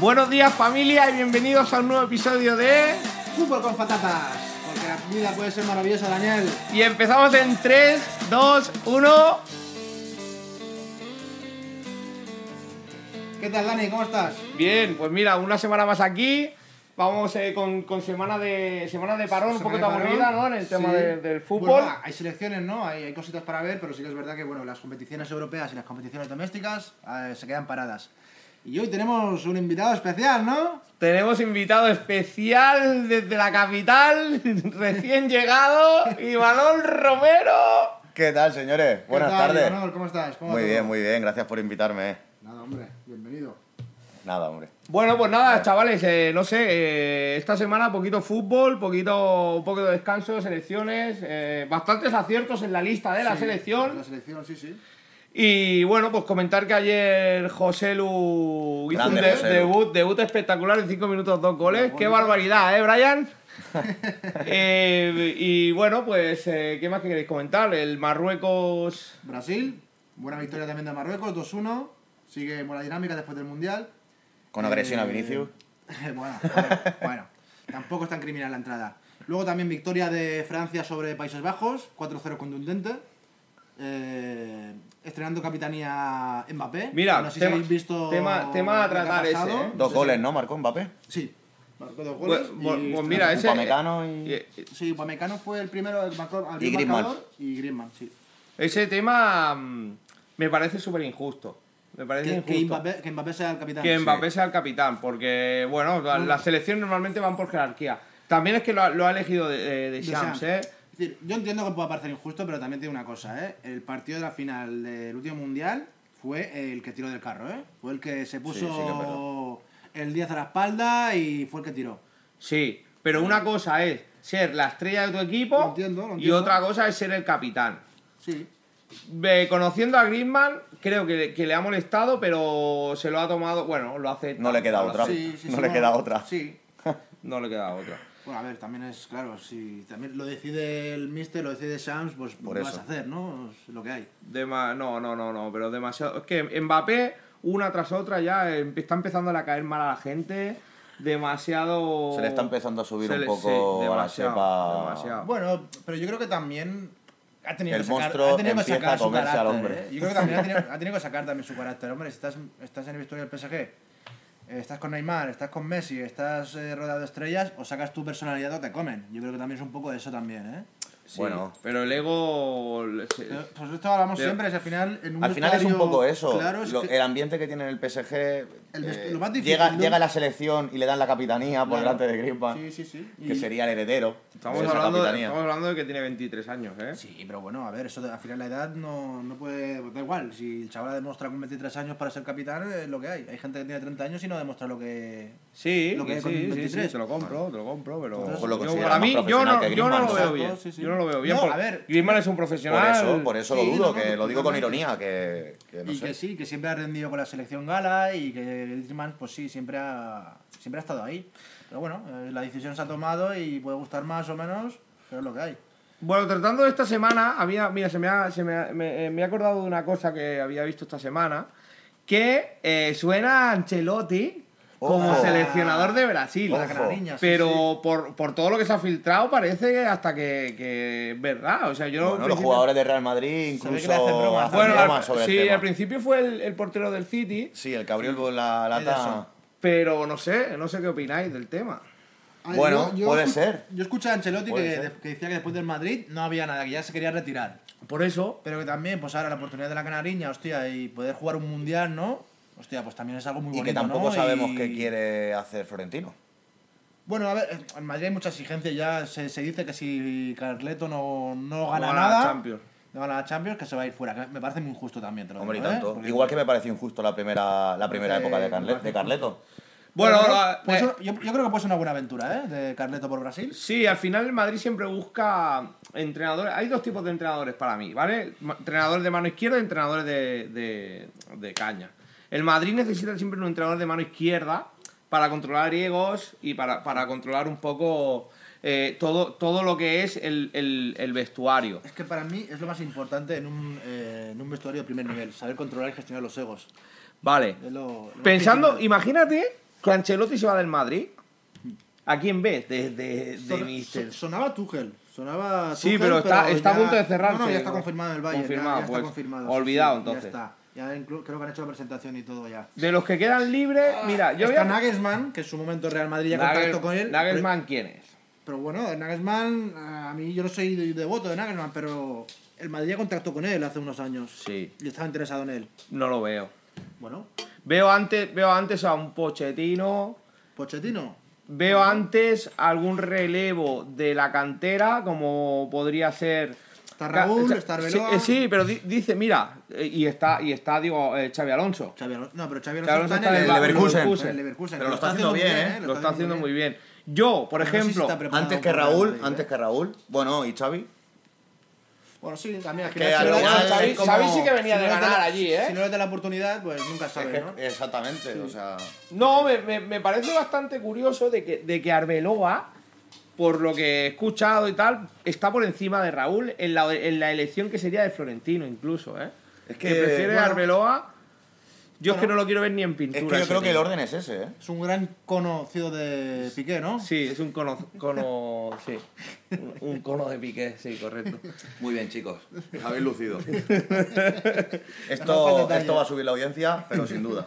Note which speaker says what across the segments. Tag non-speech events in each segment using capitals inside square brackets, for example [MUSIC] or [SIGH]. Speaker 1: Buenos días familia y bienvenidos a un nuevo episodio de...
Speaker 2: Fútbol con patatas. Porque la vida puede ser maravillosa, Daniel.
Speaker 1: Y empezamos en 3, 2, 1...
Speaker 2: ¿Qué tal, Dani? ¿Cómo estás?
Speaker 1: Bien, pues mira, una semana más aquí. Vamos eh, con, con semana de semana de parón, un poco
Speaker 2: Semana
Speaker 1: de
Speaker 2: de parón.
Speaker 1: aburrida, ¿no? En el tema
Speaker 2: Sí.
Speaker 1: de- del fútbol.
Speaker 2: Bueno, va, hay selecciones, ¿no? Hay, hay cositas para ver, pero sí que es verdad que bueno, las competiciones europeas y las competiciones domésticas eh, se quedan paradas. Y hoy tenemos un invitado especial, ¿no?
Speaker 1: Tenemos invitado especial desde la capital, [LAUGHS] recién llegado, Imanol Romero.
Speaker 3: ¿Qué tal, señores?
Speaker 2: ¿Qué
Speaker 3: Buenas
Speaker 2: tal,
Speaker 3: tardes.
Speaker 2: Leonor? ¿Cómo estás? ¿Cómo va
Speaker 3: Muy
Speaker 2: todo?
Speaker 3: bien, muy bien. Gracias por invitarme. eh.
Speaker 2: Nada, hombre, bienvenido.
Speaker 3: Nada, hombre.
Speaker 1: Bueno, pues nada, chavales, eh, no sé, eh, esta semana poquito fútbol, poquito, un poco de descanso, selecciones, eh, bastantes aciertos en la lista de la
Speaker 2: Sí,
Speaker 1: selección.
Speaker 2: La selección, sí, sí.
Speaker 1: Y bueno, pues comentar que ayer José Lu hizo
Speaker 3: Grande
Speaker 1: un de-
Speaker 3: Joselu.
Speaker 1: debut, debut espectacular en 5 minutos, dos goles.
Speaker 2: Qué
Speaker 1: ¡Qué
Speaker 2: bonito.
Speaker 1: barbaridad, eh, Brian! Eh, y bueno, pues, eh, ¿qué más que queréis comentar? El Marruecos.
Speaker 2: Brasil, buena victoria también de Marruecos, 2-1. Sigue buena dinámica después del Mundial.
Speaker 3: Con
Speaker 2: Eh,
Speaker 3: agresión a Vinicius.
Speaker 2: [LAUGHS] bueno, bueno, bueno, tampoco es tan criminal la entrada. Luego también victoria de Francia sobre Países Bajos, 4-0 contundente. Eh, estrenando capitanía Mbappé.
Speaker 1: Mira,
Speaker 2: no sé si
Speaker 1: tema-
Speaker 2: habéis visto.
Speaker 1: tema- tema a
Speaker 2: lo que ha
Speaker 1: tratar ese,
Speaker 2: pasado.
Speaker 1: ¿eh?
Speaker 2: No
Speaker 3: Dos
Speaker 2: sé
Speaker 3: goles, ¿no? Marcó Mbappé.
Speaker 2: si- Sí, marcó dos
Speaker 1: Pues,
Speaker 2: goles.
Speaker 1: pues-
Speaker 2: y-
Speaker 1: pues mira, ese.
Speaker 3: Upamecano y-
Speaker 1: eh,
Speaker 2: Sí, Upamecano fue el primero, el marcó abrió
Speaker 3: Y
Speaker 2: el
Speaker 3: Griezmann.
Speaker 2: marcador y Griezmann, sí.
Speaker 1: Ese tema mm, me parece súper injusto. Me parece
Speaker 2: Que,
Speaker 1: injusto.
Speaker 2: que Mbappé, que Mbappé sea el capitán.
Speaker 1: que
Speaker 2: sí.
Speaker 1: Mbappé sea el capitán, porque, bueno, la- las selecciones normalmente van por jerarquía. También es que lo ha, lo ha elegido de, de- de
Speaker 2: De
Speaker 1: Shams,
Speaker 2: Shams.
Speaker 1: ¿eh?
Speaker 2: Es decir, yo entiendo que pueda parecer injusto, pero también tiene una cosa, ¿eh? El partido de la final del último mundial fue el que tiró del carro, ¿eh? Fue el que se
Speaker 3: sí que es verdad.
Speaker 2: puso el 10 a la espalda y fue el que tiró.
Speaker 1: Sí, pero una cosa es ser la estrella de tu equipo
Speaker 2: Lo entiendo, lo
Speaker 1: y
Speaker 2: entiendo.
Speaker 1: otra cosa es ser el capitán.
Speaker 2: Sí.
Speaker 1: Ve, conociendo a Griezmann, creo que, que le ha molestado, pero se lo ha tomado, bueno, lo hace...
Speaker 3: No le queda otra.
Speaker 1: Sí,
Speaker 2: Sí, sí,
Speaker 3: No
Speaker 2: sí,
Speaker 3: le queda otra.
Speaker 2: Sí.
Speaker 1: No le queda otra.
Speaker 2: Bueno, a ver, también es claro, si también lo decide el mister, lo decide Shams, pues
Speaker 3: Por
Speaker 2: ¿qué
Speaker 3: eso.
Speaker 2: vas a hacer, ¿no? Es lo que hay.
Speaker 1: Dema- no, no, no, no, pero demasiado. Es que Mbappé, una tras otra, ya em- está empezando a caer mal a la gente. Demasiado.
Speaker 3: Se le está empezando a subir
Speaker 1: Se
Speaker 3: un
Speaker 1: le-
Speaker 3: poco a la
Speaker 1: demasiado,
Speaker 3: cepa.
Speaker 1: demasiado.
Speaker 2: Bueno, pero yo creo que también ha tenido
Speaker 3: Ah. El
Speaker 2: que sacar,
Speaker 3: monstruo
Speaker 2: ha tenido que
Speaker 3: empieza
Speaker 2: sacar
Speaker 3: a
Speaker 2: su
Speaker 3: comerse
Speaker 2: carácter,
Speaker 3: al hombre.
Speaker 2: ¿eh? Yo creo que también ha tenido, ha tenido que sacar también su carácter. Hombre, si estás, estás en el vestuario del PSG, eh, estás con Neymar, estás con Messi, estás eh, rodeado de estrellas, o sacas tu personalidad o te comen. Yo creo que también es un poco de eso también, ¿eh?
Speaker 1: Sí,
Speaker 3: Bueno.
Speaker 1: Pero el ego. le- se-
Speaker 2: Pero, Pues esto hablamos
Speaker 1: Pero-
Speaker 2: siempre, es al final en un
Speaker 3: Al final es un
Speaker 2: vestuario-
Speaker 3: poco eso.
Speaker 2: Claro, es
Speaker 3: Lo-
Speaker 2: que-
Speaker 3: El ambiente que tiene en el PSG. eh,
Speaker 2: lo más difícil,
Speaker 3: llega,
Speaker 2: ¿no?
Speaker 3: llega la selección y le dan la capitanía por
Speaker 2: Claro.
Speaker 3: delante de Griezmann,
Speaker 2: Sí, sí, sí.
Speaker 3: que
Speaker 2: Y-
Speaker 3: sería el heredero.
Speaker 1: Estamos,
Speaker 3: de esa
Speaker 1: hablando de,
Speaker 3: capitanía.
Speaker 1: estamos hablando de que tiene 23 años, ¿eh?
Speaker 2: Sí, pero bueno, a ver, eso de- al final la edad no, no puede. Da igual, si el chaval ha demostrado con 23 años para ser capitán, es lo que hay. Hay gente que tiene 30 años y no demuestra lo que.
Speaker 1: Sí,
Speaker 2: Lo que
Speaker 1: sí,
Speaker 2: con Pues
Speaker 1: sí, sí,
Speaker 2: 23.
Speaker 1: te lo compro, te lo compro, pero.
Speaker 3: A lo mejor lo
Speaker 1: yo,
Speaker 3: consideran
Speaker 1: para
Speaker 3: más
Speaker 1: mí, yo
Speaker 3: profesional
Speaker 1: no,
Speaker 3: que
Speaker 1: yo no lo
Speaker 3: Griezmann.
Speaker 1: veo bien.
Speaker 2: Exacto, sí, sí.
Speaker 1: Yo no lo veo bien.
Speaker 2: No,
Speaker 1: porque
Speaker 2: a ver.
Speaker 1: Griezmann es un profesional.
Speaker 3: Por eso, por eso
Speaker 2: Sí,
Speaker 3: lo dudo,
Speaker 2: no, no,
Speaker 3: que lo digo con
Speaker 2: totalmente.
Speaker 3: ironía, que, que no
Speaker 2: y
Speaker 3: sé.
Speaker 2: que sí, que siempre ha rendido con la selección gala y que Griezmann, pues sí, siempre ha, siempre ha estado ahí. Pero bueno, eh, la decisión se ha tomado y puede gustar más o menos, pero es lo que hay.
Speaker 1: Bueno, tratando de esta semana, había, mira, se me ha, se me, ha- me- eh, me he acordado de una cosa que había visto esta semana, que eh, suena a Ancelotti como
Speaker 3: Ojo.
Speaker 1: seleccionador de Brasil.
Speaker 3: Ojo.
Speaker 2: La granadiña, sí,
Speaker 1: Pero
Speaker 2: sí.
Speaker 1: Por, por todo lo que se ha filtrado parece que hasta que, que es verdad. O sea, yo
Speaker 3: Bueno,
Speaker 1: al
Speaker 3: los
Speaker 1: principio-
Speaker 3: jugadores de Real Madrid
Speaker 2: Se ve
Speaker 3: incluso
Speaker 2: que le hacen bromas,
Speaker 3: hacen
Speaker 2: ¿no?
Speaker 1: Bueno,
Speaker 3: bromas
Speaker 1: al-
Speaker 3: sobre
Speaker 1: sí,
Speaker 3: el tema.
Speaker 1: al principio fue el, el portero del City,
Speaker 3: Sí, el Cabriel con la
Speaker 2: Ederson.
Speaker 3: lata.
Speaker 1: pero no sé, no sé qué opináis del tema.
Speaker 2: A ver,
Speaker 3: Bueno, puede
Speaker 2: escu-
Speaker 3: ser. [LAUGHS]
Speaker 2: Yo escuché a Ancelotti que,
Speaker 3: Puede ser.
Speaker 2: de- que decía que después del Madrid no había nada, que ya se quería retirar.
Speaker 1: Por eso,
Speaker 2: Pero que también, pues ahora la oportunidad de la canariña, hostia, y poder jugar un mundial, ¿no? Hostia, pues también es algo muy
Speaker 3: Y
Speaker 2: bonito.
Speaker 3: que tampoco
Speaker 2: ¿no?
Speaker 3: sabemos
Speaker 2: Y-
Speaker 3: qué quiere hacer Florentino.
Speaker 2: Bueno, a ver, en Madrid hay mucha exigencia ya. Se, se dice que si Carleto no, no gana
Speaker 1: gana la
Speaker 2: nada,
Speaker 1: Champions.
Speaker 2: no gana la Champions, que se va a ir fuera. que Me parece muy injusto también, te lo
Speaker 3: Hombre, y
Speaker 2: digo, ¿eh?
Speaker 3: tanto.
Speaker 2: Porque-
Speaker 3: Igual que me pareció injusto la primera, la primera
Speaker 2: Eh,
Speaker 3: época de, Carle-
Speaker 2: igual que
Speaker 3: de Carleto.
Speaker 1: bueno,
Speaker 2: Pero,
Speaker 1: la-
Speaker 2: pues,
Speaker 1: eh,
Speaker 2: yo, yo creo que puede ser una buena aventura, ¿eh? De Carleto por Brasil.
Speaker 1: Sí, al final el Madrid siempre busca entrenadores. Hay dos tipos de entrenadores para mí, ¿vale? Ma- Entrenadores de mano izquierda y entrenadores de, de- de caña. El Madrid necesita siempre un entrenador de mano izquierda para controlar griegos y para, para controlar un poco eh, todo, todo lo que es el, el- el vestuario.
Speaker 2: Es que para mí es lo más importante en un, eh, en un vestuario de primer nivel, saber controlar y gestionar los egos.
Speaker 1: Vale.
Speaker 2: Es lo- lo más
Speaker 1: Pensando,
Speaker 2: principal.
Speaker 1: imagínate que Ancelotti se va del Madrid. ¿A quién ves? De, de, de
Speaker 2: Sona-
Speaker 1: Mister.
Speaker 2: so- sonaba Tuchel. Sonaba
Speaker 1: Sí,
Speaker 2: Tuchel,
Speaker 1: pero está- está a
Speaker 2: ya-
Speaker 1: punto de cerrarse.
Speaker 2: No, no, ya está confirmado en el Bayern. ya-
Speaker 1: Confirmado,
Speaker 2: ya, está
Speaker 1: pues.
Speaker 2: confirmado.
Speaker 1: Olvidado,
Speaker 2: Ya
Speaker 1: entonces.
Speaker 2: está. Ya inclu- creo que han hecho la presentación y todo ya.
Speaker 1: De los que quedan libres, mira, yo voy
Speaker 2: Ah, está
Speaker 1: a...
Speaker 2: Nagelsmann, que en su momento Real Madrid ya
Speaker 1: Nagel-
Speaker 2: contactó con él.
Speaker 1: Nagelsmann, ¿quién es?
Speaker 2: Pero, pero bueno, Nagelsmann, a mí yo no soy de- devoto de Nagelsmann, pero el Madrid ya contactó con él hace unos años.
Speaker 1: Sí.
Speaker 2: Y estaba interesado en él.
Speaker 1: No lo veo.
Speaker 2: Bueno,
Speaker 1: Veo antes, veo antes a un Pochettino,
Speaker 2: Pochettino.
Speaker 1: veo antes algún relevo de la cantera, como podría ser...
Speaker 2: Está Raúl,
Speaker 1: Ca-
Speaker 2: está
Speaker 1: sí,
Speaker 2: Arbeloa.
Speaker 1: eh, Sí, pero di- dice, mira, eh, y está, y está digo, eh, Xavi Alonso.
Speaker 2: Xavi Alonso- no, pero Xavi Alonso,
Speaker 1: Xavi Alonso
Speaker 2: está, en el,
Speaker 1: Ba-
Speaker 3: Leverkusen.
Speaker 2: en el Leverkusen.
Speaker 3: Pero lo está haciendo bien, ¿eh?
Speaker 1: Lo está haciendo muy bien. Yo, por
Speaker 2: No sé si
Speaker 1: ejemplo,
Speaker 2: está preparado.
Speaker 3: Antes que
Speaker 2: ¿eh?
Speaker 3: Raúl, antes que Raúl. Bueno, y Xavi.
Speaker 2: Bueno, sí, también. al
Speaker 3: Que
Speaker 2: final,
Speaker 3: al
Speaker 2: si no le-
Speaker 3: final-
Speaker 2: si no le-
Speaker 3: Xavi- como- Xavi sí que
Speaker 2: si no le da la-
Speaker 3: ¿eh?
Speaker 2: Si no le das la oportunidad, pues nunca sabes, ¿no?
Speaker 3: Exactamente, o sea.
Speaker 1: No, me, me- me parece bastante curioso de que, de que Arbeloa, por lo que he escuchado y tal, está por encima de Raúl en la, en la elección que sería de Florentino, incluso, ¿eh?
Speaker 3: Es
Speaker 1: que,
Speaker 3: que,
Speaker 1: prefiere
Speaker 3: bueno.
Speaker 1: Arbeloa. Yo es que
Speaker 2: Bueno.
Speaker 1: no lo quiero ver ni en pintura.
Speaker 3: Es que yo
Speaker 1: ese
Speaker 3: creo que el
Speaker 1: tío.
Speaker 3: orden es ese, ¿eh?
Speaker 2: Es un gran conocido de Piqué, ¿no?
Speaker 1: Sí, es un cono. cono sí. Un, un cono de piqué, sí, correcto.
Speaker 4: Muy bien, chicos. Habéis
Speaker 3: [LAUGHS]
Speaker 4: lucido.
Speaker 2: No falta
Speaker 3: Esto,
Speaker 2: detalle.
Speaker 3: esto va a subir la audiencia, pero sin duda.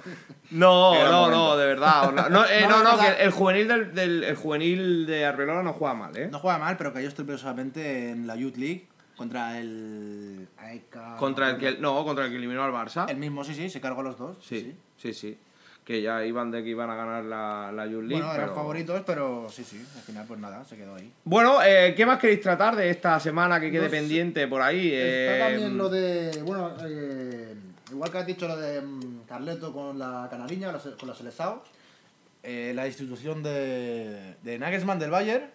Speaker 1: No,
Speaker 3: Era el
Speaker 1: no,
Speaker 3: momento.
Speaker 1: no, de verdad. No, no, eh,
Speaker 2: No,
Speaker 1: no,
Speaker 2: es
Speaker 1: no,
Speaker 2: verdad.
Speaker 1: que el juvenil, del, del- el juvenil de Arbeloa no juega mal, ¿eh?
Speaker 2: No juega mal, pero cayó estrepitosamente en la Youth League contra el... Ay, ca-
Speaker 1: Contra el que, no, contra el que eliminó al Barça.
Speaker 2: El mismo, sí, sí, se cargó a los dos.
Speaker 1: Sí, sí, sí. Que ya iban de que iban a ganar la, la Youth League.
Speaker 2: Bueno, eran
Speaker 1: pero-
Speaker 2: favoritos, pero sí, sí. Al final, pues nada, se quedó ahí.
Speaker 1: Bueno, eh, ¿qué más queréis tratar de esta semana que quede
Speaker 5: No sé.
Speaker 1: pendiente por ahí? Eh,
Speaker 5: Está también lo de. Bueno, eh, igual que has dicho lo de mm, Carleto con la canariña, la se- con la Selesao.
Speaker 2: Eh, la institución de, de Nagelsmann del Bayern,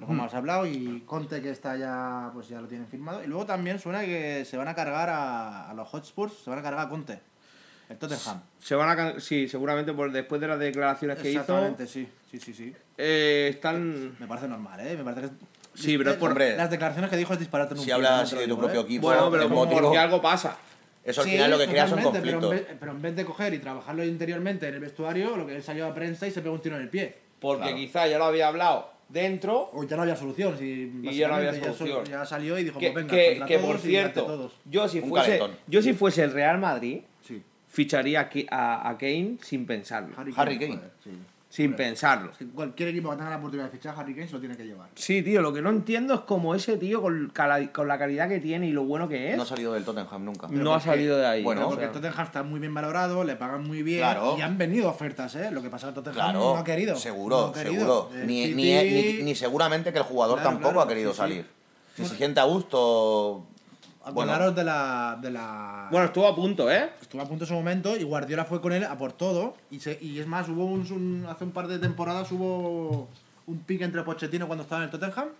Speaker 2: lo hemos hablado, y Conte que está ya, pues ya lo tienen firmado. Y luego también suena que se van a cargar a, a los Hotspurs, se van a cargar a Conte, el Tottenham.
Speaker 1: Se van a can- sí, seguramente por después de las declaraciones que hizo
Speaker 2: Exactamente, sí, sí, sí, sí.
Speaker 1: eh, están
Speaker 2: Me parece normal, ¿eh? Me parece que es-
Speaker 1: Sí, pero es por-
Speaker 3: Hombre.
Speaker 2: Las declaraciones que dijo es disparate en un
Speaker 3: Si
Speaker 2: pie,
Speaker 3: hablas
Speaker 2: no
Speaker 3: así
Speaker 2: te lo
Speaker 3: de tu
Speaker 2: digo,
Speaker 3: propio
Speaker 2: ¿eh?
Speaker 3: equipo,
Speaker 1: bueno, pero
Speaker 3: el
Speaker 1: como
Speaker 3: motivo-
Speaker 1: porque algo pasa.
Speaker 3: eso al
Speaker 2: Sí,
Speaker 3: final lo que crea son
Speaker 2: totalmente, pero en
Speaker 3: conflictos.
Speaker 2: vez- Pero en vez de coger y trabajarlo interiormente en el vestuario, lo que él salió a prensa y se pegó un tiro en el pie.
Speaker 1: Porque quizá ya lo había hablado dentro.
Speaker 2: O ya no había solución. Si,
Speaker 1: Y ya no había
Speaker 2: básicamente sol-
Speaker 1: solución.
Speaker 2: Ya, salió y dijo,
Speaker 1: Que,
Speaker 2: pues venga,
Speaker 1: que-
Speaker 2: contra
Speaker 1: que, por
Speaker 2: todos y ante
Speaker 1: cierto,
Speaker 2: todos.
Speaker 1: yo si,
Speaker 3: Un
Speaker 1: fuese,
Speaker 3: calentón.
Speaker 1: yo si fuese el Real Madrid,
Speaker 2: Sí.
Speaker 1: ficharía a Ki- a, a Kane sin pensarlo.
Speaker 3: Harry Kane.
Speaker 5: joder, sí.
Speaker 1: Sin pensarlo.
Speaker 5: Es que cualquier equipo que tenga la oportunidad de fichar a Harry Kane se lo tiene que llevar.
Speaker 1: Sí, tío, lo que no entiendo es cómo ese tío, con, cala- con la calidad que tiene y lo bueno que es,
Speaker 3: No
Speaker 1: no,
Speaker 3: ha salido del Tottenham nunca.
Speaker 1: ha salido de ahí.
Speaker 3: Bueno,
Speaker 1: ¿no?
Speaker 2: porque
Speaker 1: O sea,
Speaker 2: Tottenham está muy bien valorado, le pagan muy bien
Speaker 3: Claro.
Speaker 2: y han venido ofertas, ¿eh? Lo que pasa es que Tottenham
Speaker 3: Claro,
Speaker 2: no ha querido.
Speaker 3: seguro,
Speaker 2: no ha querido.
Speaker 3: seguro.
Speaker 2: El
Speaker 3: Ni,
Speaker 2: City-
Speaker 3: ni- ni- ni seguramente que el jugador
Speaker 2: Claro,
Speaker 3: tampoco
Speaker 2: claro,
Speaker 3: ha querido
Speaker 2: sí, sí.
Speaker 3: salir. Si se siente a gusto. Bueno,
Speaker 2: Acordaros de la... De la...
Speaker 1: bueno, estuvo a punto, ¿eh?
Speaker 2: Estuvo a punto en su momento y Guardiola fue con él a por todo. Y, se- y es más, hubo un, un- hace un par de temporadas hubo un pique entre Pochettino cuando estaba en el Tottenham.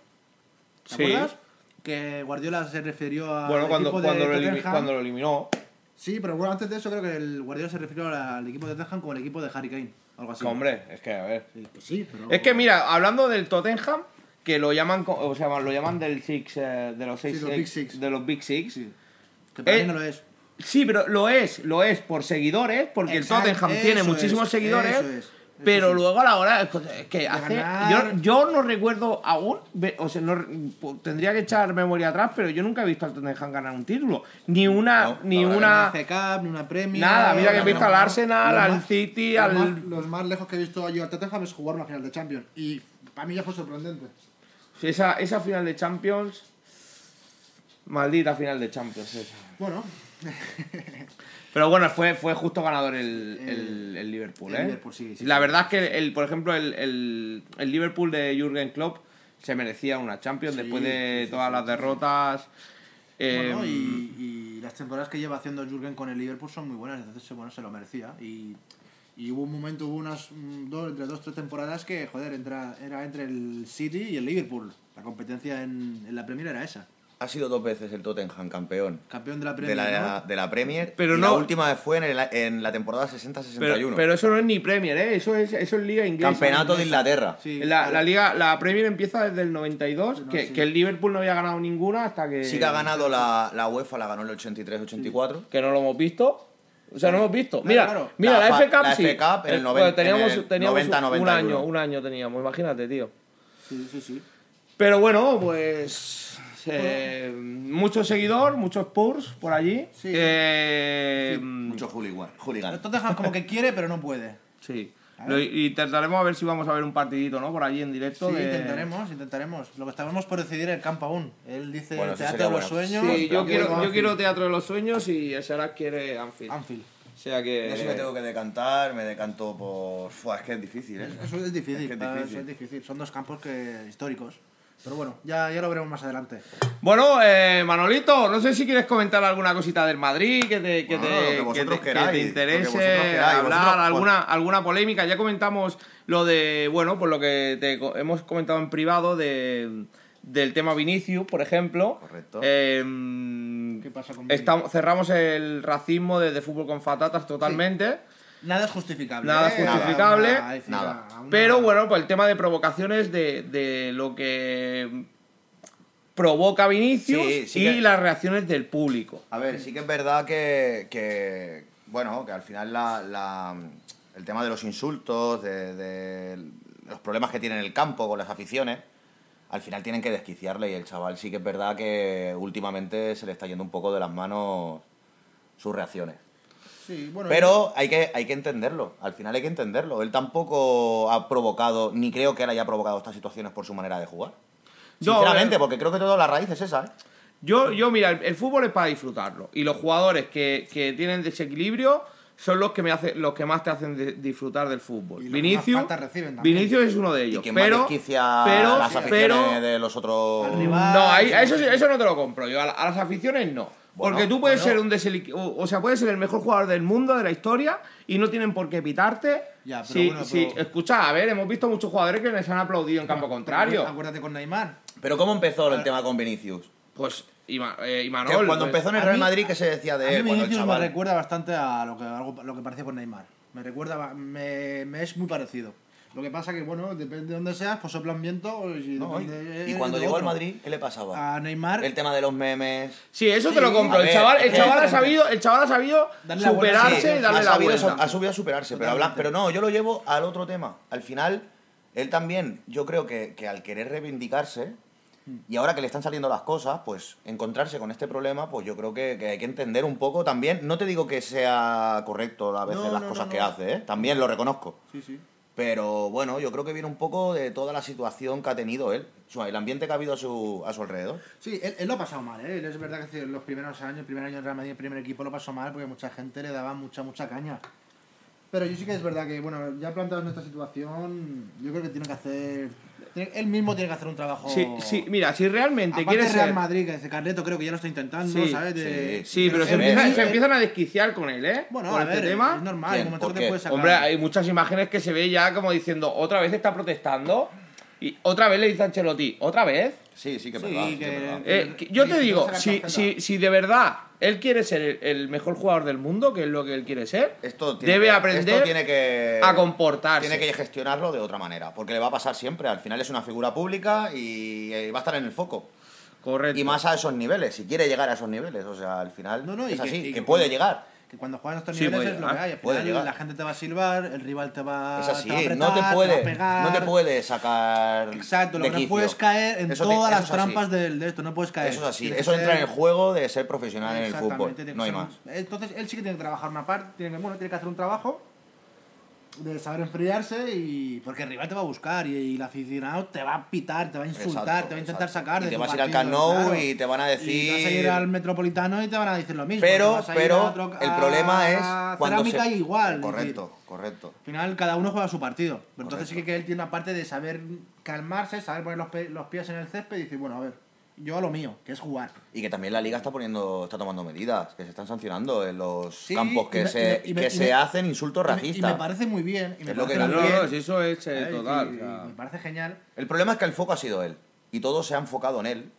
Speaker 2: ¿Te
Speaker 1: Sí.
Speaker 2: acuerdas? Que Guardiola se refirió
Speaker 5: Ah,
Speaker 2: a.
Speaker 1: Bueno, cuando, cuando, lo elimi-
Speaker 2: Tottenham.
Speaker 1: cuando lo eliminó,
Speaker 2: Sí, pero bueno, antes de eso creo que el Guardiola se refirió al equipo de Tottenham como el equipo de Harry Kane. Algo así.
Speaker 1: que, hombre, es que a ver.
Speaker 5: Sí, pues sí, pero.
Speaker 1: Es que mira, hablando del Tottenham, que lo llaman, co- o sea, lo llaman del Six, eh, de los seis,
Speaker 5: los Big
Speaker 1: ex-
Speaker 5: Six.
Speaker 1: de los Big Six. Sí.
Speaker 2: Sí. Que para
Speaker 1: Eh,
Speaker 2: mí no lo es.
Speaker 1: pero lo es, lo es por seguidores, porque
Speaker 2: Exacto,
Speaker 1: el Tottenham tiene
Speaker 2: eso
Speaker 1: muchísimos
Speaker 2: es,
Speaker 1: seguidores.
Speaker 2: eso es, eso
Speaker 1: Pero
Speaker 2: es.
Speaker 1: luego a la hora es cosa- es que hace.
Speaker 2: ganar.
Speaker 1: Yo, yo no recuerdo aún, ve- o sea, no re- po- tendría que echar memoria atrás, pero yo nunca he visto al Tottenham ganar un título. Ni una,
Speaker 3: No,
Speaker 1: ni
Speaker 3: la verdad
Speaker 1: una.
Speaker 2: Ni una FA Cup, ni una Premier.
Speaker 1: Nada, mira que he
Speaker 2: no,
Speaker 1: visto
Speaker 2: no,
Speaker 1: al
Speaker 2: no.
Speaker 1: Arsenal,
Speaker 5: Los
Speaker 1: al
Speaker 5: más-
Speaker 1: City,
Speaker 5: los
Speaker 1: al.
Speaker 5: más- los más lejos que he visto yo a Tottenham es jugar una final de Champions. Y para mí ya fue sorprendente.
Speaker 1: Esa, esa final de Champions. Maldita final de Champions esa.
Speaker 5: Bueno,
Speaker 1: Pero bueno, fue, fue justo ganador el, el- el Liverpool,
Speaker 2: el
Speaker 1: ¿eh?
Speaker 2: Liverpool, sí, sí,
Speaker 1: la
Speaker 2: sí,
Speaker 1: verdad es que, el, por ejemplo, el, el- el Liverpool de Jürgen Klopp se merecía una Champions después de todas las derrotas.
Speaker 3: Em,
Speaker 1: Eh,
Speaker 2: Bueno, y, y las temporadas que lleva haciendo Jürgen con el Liverpool son muy buenas, entonces bueno, se lo merecía. Y, y hubo un momento, hubo unas mm, dos, entre dos, tres temporadas que, joder, entra, era entre el City y el Liverpool. La competencia en, en la Premier era esa.
Speaker 3: ha sido dos veces el Tottenham campeón
Speaker 2: Campeón de la
Speaker 3: de
Speaker 2: Premier.
Speaker 3: la,
Speaker 2: ¿no?
Speaker 3: de la Premier.
Speaker 1: Pero
Speaker 3: y
Speaker 1: no-
Speaker 3: La última fue en, el- en la temporada 60-61.
Speaker 1: pero, pero eso no es ni Premier, ¿eh? Eso es, eso es Liga Inglesa.
Speaker 3: Campeonato de Inglaterra.
Speaker 2: Sí,
Speaker 1: La,
Speaker 2: claro.
Speaker 1: la liga, la Premier empieza desde el 92,
Speaker 2: No,
Speaker 1: que,
Speaker 2: sí.
Speaker 1: que el Liverpool no había ganado ninguna hasta que...
Speaker 3: Sí que ha ganado la, la UEFA, la ganó en el 83-84.
Speaker 1: Que no lo hemos visto. O sea, no hemos visto. Mira,
Speaker 2: claro.
Speaker 1: mira, la,
Speaker 3: La fa-
Speaker 1: F Cup
Speaker 3: la
Speaker 1: sí.
Speaker 3: F Cup en el
Speaker 1: Eh,
Speaker 3: noven-
Speaker 1: bueno, teníamos,
Speaker 3: en el
Speaker 1: teníamos
Speaker 3: 90,
Speaker 1: un
Speaker 3: 91.
Speaker 1: año, un año teníamos, imagínate, tío.
Speaker 2: Sí, sí, sí.
Speaker 1: Pero bueno, pues. eh, mucho seguidor, muchos Spurs por allí.
Speaker 2: Sí.
Speaker 1: Eh, mm,
Speaker 4: Mucho hooligan.
Speaker 2: El
Speaker 4: hooligan.
Speaker 2: Tottenham como que quiere, pero no puede.
Speaker 1: sí. Lo- y intentaremos a ver si vamos a ver un partidito, ¿no? Por allí en directo.
Speaker 2: Sí,
Speaker 3: eh.
Speaker 1: de-
Speaker 2: intentaremos, intentaremos. Lo que estábamos por decidir el campo aún. Él dice
Speaker 3: Bueno, eso
Speaker 2: Teatro
Speaker 3: sería
Speaker 2: de los
Speaker 3: bueno.
Speaker 2: Sueños.
Speaker 1: Sí, yo
Speaker 3: Anfield.
Speaker 1: quiero, yo
Speaker 2: Anfield.
Speaker 1: quiero Teatro de los Sueños y Sarah quiere Anfield.
Speaker 2: Anfield.
Speaker 1: O sea que.
Speaker 3: Yo sí me tengo que decantar, me decanto por... Fua, es que es difícil, ¿eh?
Speaker 2: Eso es difícil.
Speaker 3: Es que es
Speaker 2: ah,
Speaker 3: difícil.
Speaker 2: Eso es difícil. Son dos campos que históricos. Pero bueno, ya, ya lo veremos más adelante.
Speaker 1: Bueno, eh, Manolito, no sé si quieres comentar alguna cosita del Madrid que te, que
Speaker 3: Bueno,
Speaker 1: te-
Speaker 3: lo que
Speaker 1: que te-
Speaker 3: vosotros
Speaker 1: que te
Speaker 3: queráis, lo que
Speaker 1: interese
Speaker 3: vosotros queráis,
Speaker 1: hablar,
Speaker 3: vosotros- pues
Speaker 1: alguna, alguna polémica. Ya comentamos lo de, bueno, pues lo que te co- hemos comentado en privado de, del tema Vinicius, por ejemplo.
Speaker 3: Correcto.
Speaker 1: Eh,
Speaker 2: ¿Qué pasa con
Speaker 1: estamos- cerramos el racismo de, de fútbol con fatatas totalmente.
Speaker 2: Nada es justificable. ¿eh?
Speaker 1: Nada es justificable.
Speaker 2: Nada, es decir,
Speaker 3: Nada.
Speaker 2: a una-
Speaker 1: Pero bueno, pues el tema de provocaciones de, de lo que provoca Vinicius
Speaker 3: Sí, sí
Speaker 1: y
Speaker 3: que-
Speaker 1: las reacciones del público.
Speaker 3: A ver, sí que es verdad que, que, bueno, que al final la- la- el tema de los insultos, de, de los problemas que tiene en el campo con las aficiones, al final tienen que desquiciarle y el chaval sí que es verdad que últimamente se le está yendo un poco de las manos sus reacciones.
Speaker 2: Sí, bueno,
Speaker 3: Pero hay que, hay que entenderlo, al final hay que entenderlo. Él tampoco ha provocado, ni creo que él haya provocado estas situaciones por su manera de jugar.
Speaker 1: No,
Speaker 3: Sinceramente,
Speaker 1: eh,
Speaker 3: porque creo que toda la raíz es esa, ¿eh?
Speaker 1: Yo, yo mira, el, el fútbol es para disfrutarlo. Y los jugadores que, que tienen desequilibrio son los que me hace, los que más te hacen de- disfrutar del fútbol.
Speaker 2: Y los que
Speaker 1: Vinicius,
Speaker 2: más faltas reciben también.
Speaker 1: Vinicius es uno de ellos.
Speaker 3: Y que
Speaker 1: pero,
Speaker 3: más desquicia
Speaker 1: pero,
Speaker 3: las aficiones
Speaker 1: pero,
Speaker 3: de los otros...
Speaker 2: Al rival.
Speaker 1: No, ahí- a eso, sí- eso no te lo compro. Yo a, la- a las aficiones no.
Speaker 3: Bueno,
Speaker 1: Porque tú puedes
Speaker 3: bueno.
Speaker 1: ser un deseli- o, o sea, puedes ser el mejor jugador del mundo, de la historia, y no tienen por qué pitarte.
Speaker 2: Ya, pero
Speaker 1: si-
Speaker 2: bueno,
Speaker 1: si-
Speaker 2: pero-
Speaker 1: Escucha, a ver, hemos visto muchos jugadores que les han aplaudido en campo contrario.
Speaker 2: Acuérdate con Neymar.
Speaker 3: Pero ¿cómo empezó el tema con Vinicius?
Speaker 1: Pues, y, Ma- eh, y
Speaker 3: Que
Speaker 1: Manol,
Speaker 3: cuando
Speaker 1: pues,
Speaker 3: empezó en el
Speaker 2: a
Speaker 3: Real
Speaker 2: mí-
Speaker 3: Madrid, ¿qué se decía de
Speaker 2: a
Speaker 3: él?
Speaker 2: mí
Speaker 3: Cuando el
Speaker 2: Vinicius me
Speaker 3: Eh, chaval...
Speaker 2: recuerda bastante a lo que, algo, lo que parecía con Neymar. Me recuerda, me, me es muy parecido. Lo que pasa que, bueno, depende de dónde seas, pues soplan viento y,
Speaker 3: No,
Speaker 2: depende-
Speaker 3: y, y cuando
Speaker 2: de
Speaker 3: llegó al
Speaker 2: otro.
Speaker 3: Madrid, ¿qué le pasaba?
Speaker 2: A Neymar...
Speaker 3: El tema de los memes...
Speaker 1: Sí, eso te lo
Speaker 2: Sí,
Speaker 1: compro.
Speaker 3: a
Speaker 1: el
Speaker 3: ver,
Speaker 1: chaval, el
Speaker 3: es que-
Speaker 1: chaval ha sabido, el chaval ha sabido
Speaker 2: Darle la vuelta,
Speaker 1: superarse
Speaker 2: sí,
Speaker 1: y darle
Speaker 3: ha,
Speaker 1: la
Speaker 3: sabido-
Speaker 1: vuelta.
Speaker 3: ha subido a superarse, pero, habla- pero no, yo lo llevo al otro tema. Al final, él también, yo creo que, que al querer reivindicarse, y ahora que le están saliendo las cosas, pues encontrarse con este problema, pues yo creo que, que hay que entender un poco también. No te digo que sea correcto a veces
Speaker 2: No,
Speaker 3: las
Speaker 2: no,
Speaker 3: cosas
Speaker 2: no,
Speaker 3: que
Speaker 2: no.
Speaker 3: hace, ¿eh? también lo reconozco.
Speaker 2: Sí, sí.
Speaker 3: Pero bueno, yo creo que viene un poco de toda la situación que ha tenido él, su- el ambiente que ha habido a su, a su alrededor.
Speaker 2: Sí, él, él lo ha pasado mal, ¿eh? Él es verdad que hace los primeros años, el primer año en Real Madrid, el primer equipo lo pasó mal porque mucha gente le daba mucha, mucha caña.
Speaker 5: Pero yo sí que es verdad que, bueno, ya planteados nuestra situación, yo creo que tiene que hacer...
Speaker 2: Tiene- Él mismo tiene que hacer un trabajo...
Speaker 1: Sí, sí, mira, si realmente
Speaker 2: Oh. Aparte
Speaker 1: quieres
Speaker 2: Real
Speaker 1: ser-
Speaker 2: Madrid, que dice Carleto, creo que ya lo está intentando,
Speaker 1: Sí,
Speaker 2: ¿sabes? De-
Speaker 1: Sí, pero
Speaker 3: Se
Speaker 1: se,
Speaker 3: ve,
Speaker 1: empieza-
Speaker 3: se
Speaker 1: se
Speaker 3: ve.
Speaker 1: empiezan a desquiciar con él, ¿eh?
Speaker 2: Bueno,
Speaker 1: con
Speaker 2: a
Speaker 1: este
Speaker 2: ver,
Speaker 1: tema.
Speaker 2: es normal, el
Speaker 3: ¿Quién?
Speaker 2: momento que
Speaker 3: ¿Por
Speaker 2: te
Speaker 3: qué?
Speaker 2: puedes sacar.
Speaker 1: Hombre, hay muchas imágenes que se ve ya como diciendo, otra vez está protestando. Y otra vez le dice a Ancelotti, otra vez.
Speaker 3: Sí, sí que es
Speaker 2: Sí,
Speaker 3: verdad. sí que
Speaker 2: que-
Speaker 3: es verdad.
Speaker 1: Eh,
Speaker 2: Sí,
Speaker 1: que- yo
Speaker 2: sí,
Speaker 1: te
Speaker 2: sí,
Speaker 1: digo,
Speaker 2: saca
Speaker 1: si,
Speaker 2: tarjeta.
Speaker 1: si, si de verdad él quiere ser el, el mejor jugador del mundo, que es lo que él quiere ser,
Speaker 3: Esto tiene
Speaker 1: debe
Speaker 3: que-
Speaker 1: aprender
Speaker 3: esto tiene que,
Speaker 1: a comportarse.
Speaker 3: Tiene que gestionarlo de otra manera, porque le va a pasar siempre. Al final es una figura pública y eh, va a estar en el foco.
Speaker 1: Correcto.
Speaker 3: Y más a esos niveles, si quiere llegar a esos niveles. O sea, al final
Speaker 2: No, no, y
Speaker 3: es
Speaker 2: que-
Speaker 3: así,
Speaker 2: y
Speaker 3: que,
Speaker 2: que
Speaker 3: puede
Speaker 2: cuando-
Speaker 3: llegar.
Speaker 2: Que cuando juegas a estos
Speaker 1: Sí,
Speaker 2: niveles
Speaker 1: puede
Speaker 2: es lo que
Speaker 1: llegar,
Speaker 2: hay. Al
Speaker 3: puede
Speaker 2: final
Speaker 3: llegar.
Speaker 2: la gente te va a silbar, el rival te va,
Speaker 3: Es así,
Speaker 2: te va a apretar,
Speaker 3: no, te
Speaker 2: va a
Speaker 3: puede,
Speaker 2: pegar.
Speaker 3: no te puede sacar.
Speaker 2: Exacto, lo
Speaker 3: de
Speaker 2: que no
Speaker 3: quicio.
Speaker 2: puedes caer en
Speaker 3: Eso ti-
Speaker 2: todas
Speaker 3: eso
Speaker 2: las
Speaker 3: es así.
Speaker 2: trampas del- de esto, no puedes caer.
Speaker 3: Eso es así,
Speaker 2: Tienes que
Speaker 3: eso entra en
Speaker 2: ser-
Speaker 3: el juego de ser profesional en el fútbol.
Speaker 2: Exactamente, tiene que
Speaker 3: No hay
Speaker 2: ser-
Speaker 3: más.
Speaker 2: Entonces él sí que tiene que trabajar una parte, tiene que, bueno, tiene que hacer un trabajo de saber enfriarse y porque el rival te va a buscar y, y el aficionado te va a pitar, te va a insultar,
Speaker 3: Exacto,
Speaker 2: te va a intentar
Speaker 3: exacto.
Speaker 2: sacar
Speaker 3: Y
Speaker 2: de
Speaker 3: te
Speaker 2: tu
Speaker 3: vas a ir al
Speaker 2: partido,
Speaker 3: Camp Nou
Speaker 2: claro.
Speaker 3: y te van a decir-
Speaker 2: y vas a ir al Metropolitano y te van a decir lo mismo. te
Speaker 3: Pero,
Speaker 2: vas a ir a
Speaker 3: pero,
Speaker 2: otro-
Speaker 3: el
Speaker 2: a
Speaker 3: problema es cuando
Speaker 2: cerámica
Speaker 3: se- Eh,
Speaker 2: igual, es
Speaker 3: Correcto,
Speaker 2: decir,
Speaker 3: correcto.
Speaker 2: al final cada uno juega su partido. Pero entonces
Speaker 3: Correcto.
Speaker 2: sí que, que él tiene una parte de saber calmarse, saber poner los, pe- los pies en el césped y decir, bueno, a ver, yo a lo mío, que es jugar.
Speaker 3: Y que también la liga está poniendo, está tomando medidas, que se están sancionando en los
Speaker 2: Sí,
Speaker 3: campos
Speaker 2: y
Speaker 3: que
Speaker 2: me-
Speaker 3: se,
Speaker 2: y me- y me-
Speaker 3: que
Speaker 2: y
Speaker 3: se
Speaker 2: me-
Speaker 3: hacen insultos
Speaker 2: Y me-
Speaker 3: racistas.
Speaker 2: Y me parece muy bien. Y me
Speaker 3: Es lo que
Speaker 2: parece
Speaker 1: Claro,
Speaker 2: muy
Speaker 1: no,
Speaker 2: bien,
Speaker 1: no, si eso es eh,
Speaker 2: ¿sabes?
Speaker 1: total.
Speaker 2: Y-
Speaker 1: o sea.
Speaker 2: y me parece genial.
Speaker 3: El problema es que el foco ha sido él. Y todo se ha enfocado en él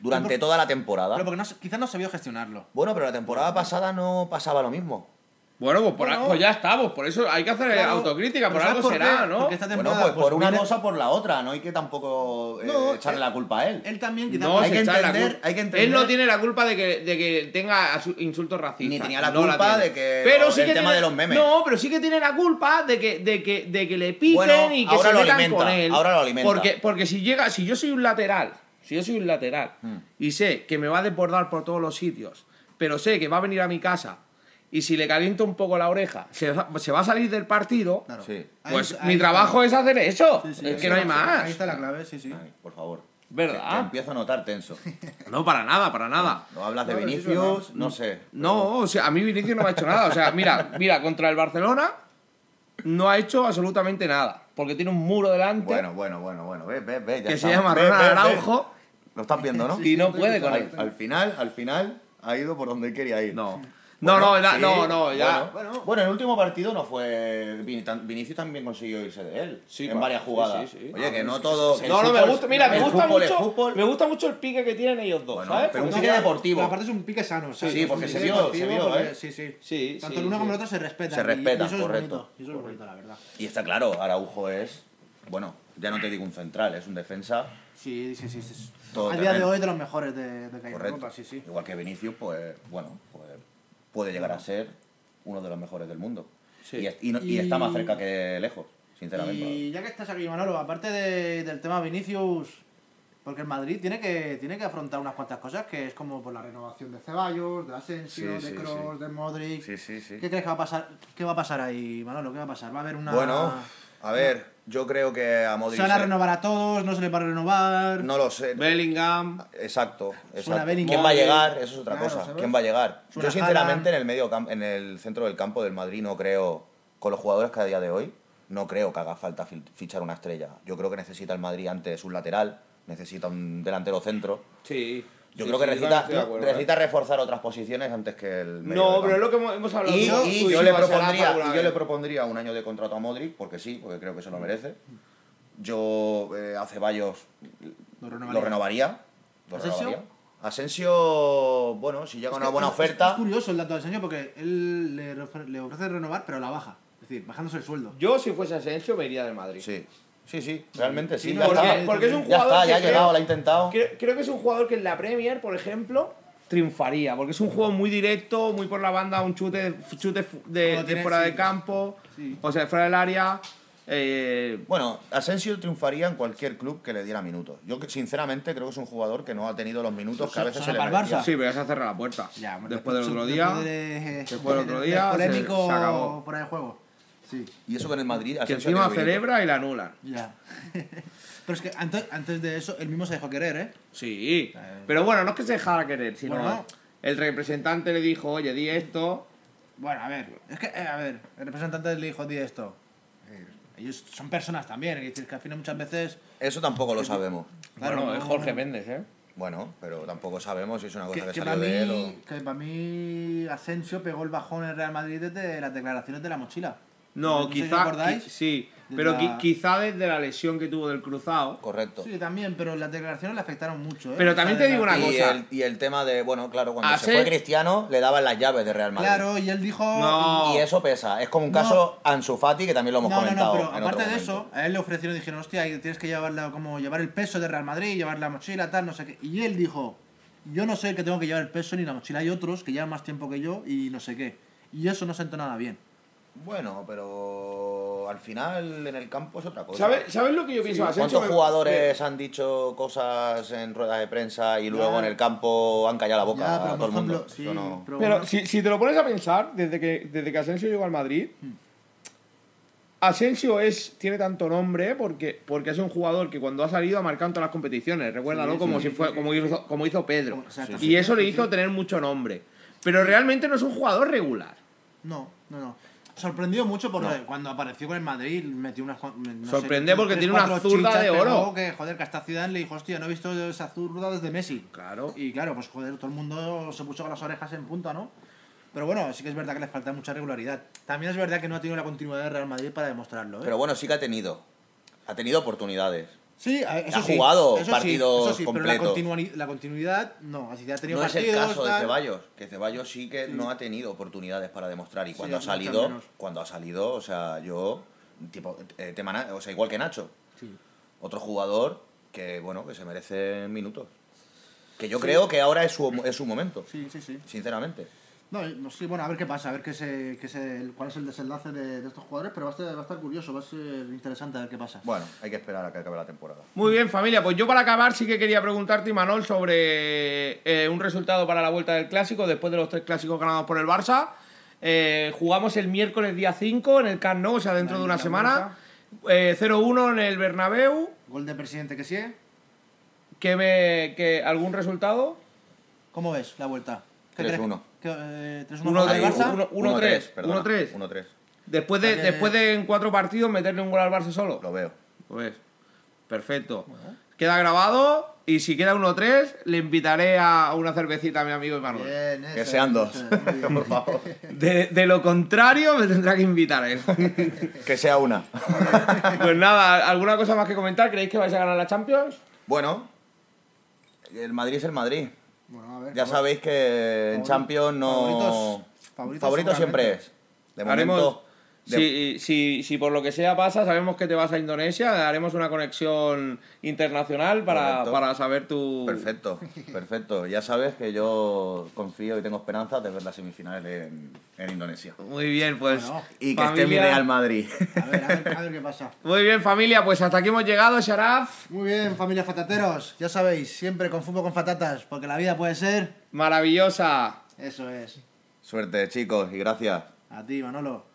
Speaker 3: durante
Speaker 2: Pero-
Speaker 3: toda la temporada.
Speaker 2: Pero porque no, se- quizás no ha sabido gestionarlo.
Speaker 3: Bueno, pero la temporada pasada no pasaba lo mismo.
Speaker 1: Bueno, pues, por,
Speaker 5: Bueno.
Speaker 1: pues ya está, pues por eso hay que hacer
Speaker 2: Claro,
Speaker 1: autocrítica, por
Speaker 2: pero ¿sabes
Speaker 1: algo
Speaker 2: qué?
Speaker 1: será, ¿no?
Speaker 2: Porque esta
Speaker 3: Bueno,
Speaker 2: temporada,
Speaker 3: pues, por una
Speaker 2: viene-
Speaker 3: cosa por la otra, no hay que tampoco eh,
Speaker 2: No,
Speaker 3: echarle
Speaker 2: eh,
Speaker 3: la culpa a él.
Speaker 2: Él también quizás
Speaker 1: No,
Speaker 3: Hay
Speaker 1: se
Speaker 3: que
Speaker 1: echa la
Speaker 3: entender-
Speaker 1: culpa.
Speaker 3: hay que entender-
Speaker 1: Él no tiene la culpa de que, de que tenga asu- insultos racistas.
Speaker 3: Ni tenía la
Speaker 1: No
Speaker 3: culpa
Speaker 1: tiene.
Speaker 3: de que-
Speaker 1: Pero
Speaker 3: o
Speaker 1: sí
Speaker 3: del
Speaker 1: que
Speaker 3: tema
Speaker 1: tiene-
Speaker 3: de los memes.
Speaker 1: No, pero sí que tiene la culpa de que, de que, de que le piten
Speaker 3: Bueno,
Speaker 1: y que
Speaker 3: ahora
Speaker 1: se
Speaker 3: lo
Speaker 1: metan
Speaker 3: alimenta,
Speaker 1: con él.
Speaker 3: ahora lo alimenta.
Speaker 1: Porque, porque si llega, si yo soy un lateral, si yo soy un lateral
Speaker 3: Hmm.
Speaker 1: y sé que me va a desbordar por todos los sitios, pero sé que va a venir a mi casa y si le caliento un poco la oreja, se va, se va a salir del partido.
Speaker 2: Claro.
Speaker 3: Sí.
Speaker 2: Ahí
Speaker 1: Pues
Speaker 2: está-
Speaker 1: mi
Speaker 2: ahí está.
Speaker 1: trabajo es hacer eso.
Speaker 2: Sí, sí,
Speaker 1: es
Speaker 2: ahí
Speaker 1: que no hay
Speaker 2: está la-
Speaker 1: más.
Speaker 2: Ahí está la clave, sí, sí.
Speaker 3: Ay, por favor.
Speaker 1: ¿Verdad?
Speaker 3: Te, te empiezo a notar tenso.
Speaker 1: No, para nada, para nada.
Speaker 3: No
Speaker 2: [LAUGHS]
Speaker 3: hablas de
Speaker 5: No, no, sí,
Speaker 3: Vinicius, no sé.
Speaker 1: No, o sea, a mí Vinicius no me ha hecho nada. O sea, mira, mira, contra el Barcelona no ha hecho absolutamente nada. Porque tiene un muro delante
Speaker 3: Bueno, bueno, bueno, bueno. Ve, ve, ve. ya
Speaker 1: que se
Speaker 3: estamos.
Speaker 1: llama
Speaker 3: Ve,
Speaker 1: Ronald
Speaker 3: ve, ve.
Speaker 1: Araujo
Speaker 3: Lo estás viendo, ¿no?
Speaker 1: y no
Speaker 5: estoy
Speaker 1: puede con
Speaker 5: escuchando.
Speaker 1: él.
Speaker 3: Al, al final, al final, ha ido por donde quería ir.
Speaker 1: No. No,
Speaker 3: Bueno,
Speaker 1: no, ya-
Speaker 3: sí,
Speaker 1: no, no, ya.
Speaker 3: Bueno, bueno. en el último partido no fue. Vin- tan- Vinicius también consiguió irse de él.
Speaker 1: Sí,
Speaker 3: en
Speaker 1: va.
Speaker 3: varias
Speaker 1: Sí,
Speaker 3: jugadas.
Speaker 1: sí, Ah, sí.
Speaker 3: Oye, que no todo. que el
Speaker 1: No, no, me
Speaker 3: fútbol-
Speaker 1: gusta, mira, me
Speaker 3: el
Speaker 1: gusta
Speaker 3: fútbol es
Speaker 1: mucho,
Speaker 3: fútbol.
Speaker 1: me gusta mucho el pique que tienen ellos dos,
Speaker 3: Bueno,
Speaker 1: ¿sabes?
Speaker 3: pero un
Speaker 1: Porque-
Speaker 3: pique deportivo.
Speaker 2: pero Aparte es un pique sano.
Speaker 3: Sí,
Speaker 2: ¿sabes?
Speaker 3: porque
Speaker 2: Es
Speaker 3: se
Speaker 2: un
Speaker 3: vio,
Speaker 2: pique
Speaker 3: se
Speaker 2: deportivo
Speaker 3: vio,
Speaker 2: porque-
Speaker 3: ¿eh?
Speaker 2: Sí, sí.
Speaker 1: Sí,
Speaker 2: Tanto
Speaker 1: sí,
Speaker 2: el uno
Speaker 1: sí.
Speaker 2: como el otro se respetan.
Speaker 3: Se
Speaker 2: y- y
Speaker 3: respetan,
Speaker 2: eso es
Speaker 3: correcto.
Speaker 2: bonito, y Eso es bonito, la verdad.
Speaker 3: Y está claro, Araujo es. Bueno, ya no te digo un central, es un defensa.
Speaker 2: Sí, sí, sí. sí.
Speaker 3: Todo
Speaker 2: Al día de
Speaker 3: terreno.
Speaker 2: hoy de los mejores de, de Caída
Speaker 3: Correcto.
Speaker 2: Europa, sí, sí.
Speaker 3: Igual que Vinicius, pues bueno, pues, puede llegar a ser uno de los mejores del mundo.
Speaker 1: Sí.
Speaker 3: Y, es- y no- y está más cerca que lejos, sinceramente.
Speaker 2: Y ya que estás aquí, Manolo, aparte de- del tema Vinicius, porque el Madrid tiene que, tiene que afrontar unas cuantas cosas que es como por la renovación.
Speaker 5: Renovación de Ceballos, de Asensio,
Speaker 3: Sí,
Speaker 5: de
Speaker 3: sí,
Speaker 5: Kroos, de Modric.
Speaker 3: Sí, sí, sí.
Speaker 2: ¿Qué crees que va a pasar? ¿Qué va a pasar ahí, Manolo? ¿Qué va a pasar? ¿Va a haber una.
Speaker 3: Bueno, a ver, yo creo que a Modric...
Speaker 2: ¿Se van a
Speaker 3: se-
Speaker 2: renovar a todos? ¿No se les va a renovar?
Speaker 3: No lo sé.
Speaker 1: Bellingham.
Speaker 3: Exacto, exacto.
Speaker 2: Bellingham. eh.
Speaker 3: ¿Quién va a llegar? Eso es otra
Speaker 5: Claro,
Speaker 3: cosa.
Speaker 5: ¿sabes?
Speaker 3: ¿Quién va a llegar?
Speaker 2: Suena
Speaker 3: Yo sinceramente
Speaker 2: Haaland.
Speaker 3: en el medio cam- en el centro del campo del Madrid no creo, con los jugadores que a día de hoy, no creo que haga falta fil- fichar una estrella. Yo creo que necesita el Madrid antes un lateral, necesita un delantero centro.
Speaker 1: Sí.
Speaker 3: Yo
Speaker 1: Sí,
Speaker 3: creo que
Speaker 1: sí,
Speaker 3: necesita,
Speaker 1: estoy de acuerdo, eh.
Speaker 3: necesita reforzar otras posiciones antes que el medio
Speaker 1: No, pero es
Speaker 3: del campo.
Speaker 1: lo que hemos- hemos hablado.
Speaker 3: y,
Speaker 1: tú
Speaker 3: y
Speaker 1: sí
Speaker 3: yo, le
Speaker 1: vas a la
Speaker 3: propondría,
Speaker 1: fábula,
Speaker 3: y yo le
Speaker 1: eh.
Speaker 3: propondría un año de contrato a Modric, porque sí, porque creo que
Speaker 1: Mm.
Speaker 3: se lo merece. Yo eh, a Ceballos
Speaker 2: Lo
Speaker 3: lo
Speaker 2: renovarían.
Speaker 3: renovaría. Lo
Speaker 2: ¿Asensio?
Speaker 3: renovaría. Asensio, bueno, si llega
Speaker 2: Es
Speaker 3: una
Speaker 2: que
Speaker 3: buena
Speaker 2: es- Es
Speaker 3: oferta.
Speaker 2: curioso el dato de Asensio porque él le, refer- le ofrece renovar, pero la baja. Es decir, bajándose el sueldo.
Speaker 1: Yo, si fuese Asensio, me iría del Madrid.
Speaker 3: Sí, sí, sí, realmente sí.
Speaker 2: Sí,
Speaker 3: ya,
Speaker 1: porque,
Speaker 3: está.
Speaker 1: porque es un
Speaker 3: ya
Speaker 1: jugador
Speaker 3: está, ya ha
Speaker 1: que creo-
Speaker 3: llegado, la ha intentado.
Speaker 1: Creo, creo que es un jugador que en la Premier, por ejemplo, triunfaría, porque es un juego muy directo, muy por la banda, un chute, chute fu- de,
Speaker 2: Cuando
Speaker 1: de
Speaker 2: tiene-
Speaker 1: fuera
Speaker 2: sí.
Speaker 1: de campo,
Speaker 2: Sí.
Speaker 1: o sea, fuera del área. eh,
Speaker 3: Bueno, Asensio triunfaría en cualquier club que le diera minutos. Yo que- sinceramente creo que es un jugador que no ha tenido los minutos que a
Speaker 2: Son-
Speaker 3: veces
Speaker 2: son
Speaker 3: se le
Speaker 2: para el
Speaker 3: merecía.
Speaker 2: Barça.
Speaker 1: sí, pero ya se ha cerrado la puerta.
Speaker 2: Ya, hombre,
Speaker 1: después del otro día.
Speaker 2: después de-
Speaker 1: después del otro
Speaker 2: del
Speaker 1: día, se-
Speaker 2: Polémico
Speaker 1: se acabó.
Speaker 2: fuera de juego. Sí.
Speaker 3: Y eso con el Madrid
Speaker 1: Que
Speaker 3: Asensio ha
Speaker 1: encima
Speaker 3: tenido minutos.
Speaker 1: celebra y la anulan.
Speaker 2: Ya. [LAUGHS] Pero es que antes, antes de eso, él mismo se dejó querer, ¿eh?
Speaker 1: Sí. Pero bueno, no es que se dejara querer, sino
Speaker 2: Bueno.
Speaker 1: el representante le dijo, oye, di esto.
Speaker 2: Bueno, a ver. Es que, eh, a ver, el representante le dijo, di esto. Eh, Ellos son personas también, es decir, que al final muchas veces...
Speaker 3: Eso tampoco lo sabemos.
Speaker 2: Claro,
Speaker 1: bueno,
Speaker 2: no-
Speaker 1: es Jorge Méndez, ¿eh?
Speaker 3: Bueno, pero tampoco sabemos si es
Speaker 1: Pues
Speaker 3: una cosa
Speaker 2: Que, que
Speaker 3: que, salió
Speaker 2: para mí,
Speaker 3: de él o...
Speaker 2: que para mí Asensio pegó el bajón en el Real Madrid desde las declaraciones de la mochila.
Speaker 1: No,
Speaker 2: sé si
Speaker 1: quizá.
Speaker 2: acordáis.
Speaker 1: qui- sí,
Speaker 2: de
Speaker 1: pero
Speaker 2: la-
Speaker 1: qui- quizá desde la lesión que tuvo del cruzado.
Speaker 3: Correcto.
Speaker 2: Sí, también, pero las declaraciones le afectaron mucho. ¿eh?
Speaker 1: Pero también te digo una
Speaker 3: y,
Speaker 1: cosa.
Speaker 3: el, y el tema de, bueno, claro, cuando se
Speaker 1: Asen-
Speaker 3: fue Cristiano, le daban las llaves de Real Madrid.
Speaker 2: Claro, y él dijo...
Speaker 1: No.
Speaker 3: Y eso pesa. Es como un
Speaker 2: No.
Speaker 3: caso Ansu Fati, que también lo hemos
Speaker 2: No, no, no,
Speaker 3: comentado.
Speaker 2: pero
Speaker 3: en
Speaker 2: aparte
Speaker 3: otro
Speaker 2: de
Speaker 3: momento.
Speaker 2: eso, a él le ofrecieron, dijeron, hostia, ahí tienes que llevarla, como llevar el peso de Real Madrid, llevar la mochila, tal, no sé qué. Y él dijo, yo no sé el que tengo que llevar el peso ni la mochila, hay otros que llevan más tiempo que yo y no sé qué. Y eso no sentó nada bien.
Speaker 3: Bueno, pero al final en el campo es otra cosa.
Speaker 1: ¿Sabes, ¿Sabes lo que yo pienso? Asensio
Speaker 3: ¿Cuántos
Speaker 1: me-
Speaker 3: jugadores han dicho cosas en ruedas de prensa y luego en el campo han callado la boca
Speaker 2: Ya,
Speaker 3: a
Speaker 2: pero
Speaker 3: todo
Speaker 2: por
Speaker 3: el mundo?
Speaker 2: ejemplo, sí,
Speaker 3: Eso no-
Speaker 1: me-
Speaker 2: pero,
Speaker 1: Pero si, si te lo pones a pensar, desde que, desde que Asensio llegó al Madrid,
Speaker 2: Mm.
Speaker 1: Asensio es, tiene tanto nombre porque, porque es un jugador que cuando ha salido ha marcado en todas las competiciones. Recuérdalo
Speaker 2: Sí,
Speaker 1: como,
Speaker 2: sí,
Speaker 1: si fue,
Speaker 2: sí,
Speaker 1: como, hizo, como hizo Pedro.
Speaker 2: Exacto.
Speaker 1: Y eso le hizo tener mucho nombre. Pero realmente no es un jugador regular.
Speaker 2: No, no, no. Sorprendió mucho porque cuando apareció con el Madrid metió unas. cua- No
Speaker 1: Sorprende porque tiene una
Speaker 2: cuatro
Speaker 1: zurda
Speaker 2: chichas,
Speaker 1: de
Speaker 2: pero
Speaker 1: oro.
Speaker 2: luego Que, joder, que hasta Zidane le dijo, hostia, no he visto esa zurda desde Messi.
Speaker 1: Claro.
Speaker 2: Y claro, pues joder, todo el mundo se puso con las orejas en punta, ¿no? Pero bueno, sí que es verdad que le falta mucha regularidad. También es verdad que no ha tenido la continuidad de Real Madrid para demostrarlo, ¿eh?
Speaker 3: Pero bueno, sí que ha tenido. Ha tenido oportunidades.
Speaker 2: Sí, a- eso
Speaker 3: Ha
Speaker 2: sí,
Speaker 3: jugado
Speaker 2: eso sí,
Speaker 3: partidos
Speaker 2: eso sí,
Speaker 3: completos.
Speaker 2: Pero la, continua- la continuidad, no. Así que ha tenido
Speaker 3: No es
Speaker 2: partidos.
Speaker 3: el caso de
Speaker 2: tal.
Speaker 3: Ceballos, que Ceballos sí que no ha tenido oportunidades para demostrar y cuando
Speaker 2: mucho
Speaker 3: ha salido,
Speaker 2: menos.
Speaker 3: cuando ha salido, o sea, yo tipo eh, tema na- o sea, igual que Nacho,
Speaker 2: Sí.
Speaker 3: otro jugador que bueno, que se merece minutos. Que yo creo que ahora es su, es su momento,
Speaker 2: Sí, sí, sí.
Speaker 3: sinceramente.
Speaker 5: No, y- no, sí, bueno, a ver qué pasa, a ver qué se, qué se- cuál es el desenlace de, de estos jugadores, pero va a, ser- va a estar curioso, va a ser interesante a ver qué pasa.
Speaker 3: Bueno, hay que esperar a que acabe la temporada.
Speaker 1: Muy bien, familia. Pues yo para acabar sí que quería preguntarte, Manol, sobre eh, un resultado para la vuelta del clásico, después de los tres clásicos ganados por el Barça. Eh, jugamos el miércoles día 5 en el Camp Nou, o sea, dentro
Speaker 2: La-
Speaker 1: de una
Speaker 2: la
Speaker 1: semana. Eh, 0-1 en el Bernabéu.
Speaker 2: Gol de presidente que sí. ¿eh?
Speaker 1: ¿Qué me, que, ¿Algún resultado?
Speaker 2: ¿Cómo ves la vuelta?
Speaker 3: 3-1.
Speaker 2: 3-1.
Speaker 1: Uno
Speaker 2: 3-1 eh, para el
Speaker 1: de-
Speaker 2: Barça.
Speaker 1: uno-
Speaker 3: 1-3,
Speaker 1: 1-3,
Speaker 3: perdona.
Speaker 1: 1-3.
Speaker 3: 1-3,
Speaker 1: Después de,
Speaker 2: Porque-
Speaker 1: después de en cuatro partidos meterle un gol al Barça solo.
Speaker 3: lo veo.
Speaker 1: Pues, perfecto. Queda grabado y si queda 1-3, le invitaré a una cervecita a mi amigo Emanuel.
Speaker 5: Bien,
Speaker 3: Que
Speaker 5: ese,
Speaker 3: sean dos,
Speaker 5: ese, muy bien.
Speaker 3: [LAUGHS] por favor.
Speaker 1: De, de lo contrario, me tendrá que invitar
Speaker 3: [LAUGHS]
Speaker 1: él.
Speaker 3: Que sea una.
Speaker 1: pues nada, ¿alguna cosa más que comentar? ¿Creéis que vais a ganar la Champions?
Speaker 3: Bueno, el Madrid es el Madrid.
Speaker 2: Bueno, a ver.
Speaker 3: Ya sabéis que en
Speaker 2: Favori-
Speaker 3: Champions no.
Speaker 2: favoritos- favoritos
Speaker 3: Favorito siempre es. De momento. de-
Speaker 1: si, si, si por lo que sea pasa, sabemos que te vas a Indonesia, haremos una conexión internacional para,
Speaker 3: Correcto.
Speaker 1: para saber tu...
Speaker 3: Perfecto, perfecto. Ya sabes que yo confío y tengo esperanzas de ver las semifinales en, en Indonesia.
Speaker 1: Muy bien, pues...
Speaker 2: Bueno,
Speaker 3: Y que esté mi
Speaker 1: familia-
Speaker 3: Real Madrid.
Speaker 2: A ver, a ver, a ver qué pasa.
Speaker 1: Muy bien, familia, pues hasta aquí hemos llegado, Sharaf.
Speaker 2: Muy bien, familia fatateros. Ya sabéis, siempre con fútbol con fatatas, porque la vida puede ser.
Speaker 1: Maravillosa.
Speaker 2: Eso es.
Speaker 3: Suerte, chicos, y gracias.
Speaker 2: A ti, Manolo.